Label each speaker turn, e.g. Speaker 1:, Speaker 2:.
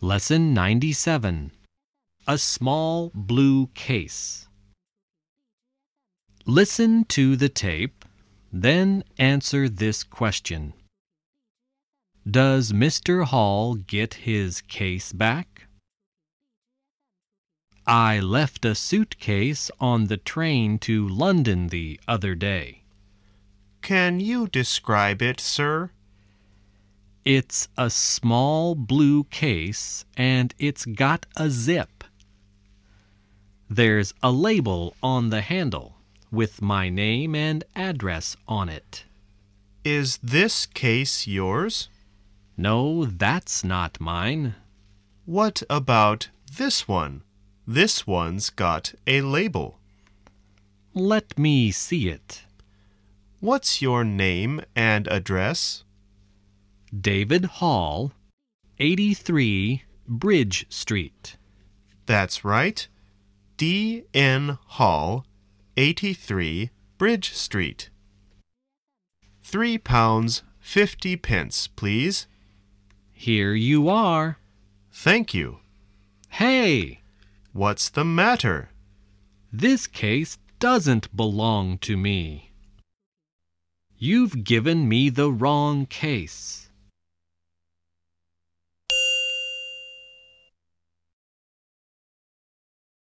Speaker 1: Lesson 97 A Small Blue Case. Listen to the tape, then answer this question Does Mr. Hall get his case back? I left a suitcase on the train to London the other day.
Speaker 2: Can you describe it, sir?
Speaker 1: It's a small blue case and it's got a zip. There's a label on the handle with my name and address on it.
Speaker 2: Is this case yours?
Speaker 1: No, that's not mine.
Speaker 2: What about this one? This one's got a label.
Speaker 1: Let me see it.
Speaker 2: What's your name and address?
Speaker 1: David Hall, 83 Bridge Street.
Speaker 2: That's right. D.N. Hall, 83 Bridge Street. Three pounds fifty pence, please.
Speaker 1: Here you are.
Speaker 2: Thank you.
Speaker 1: Hey,
Speaker 2: What's the matter?
Speaker 1: this case doesn't belong to me. You've given me the wrong case.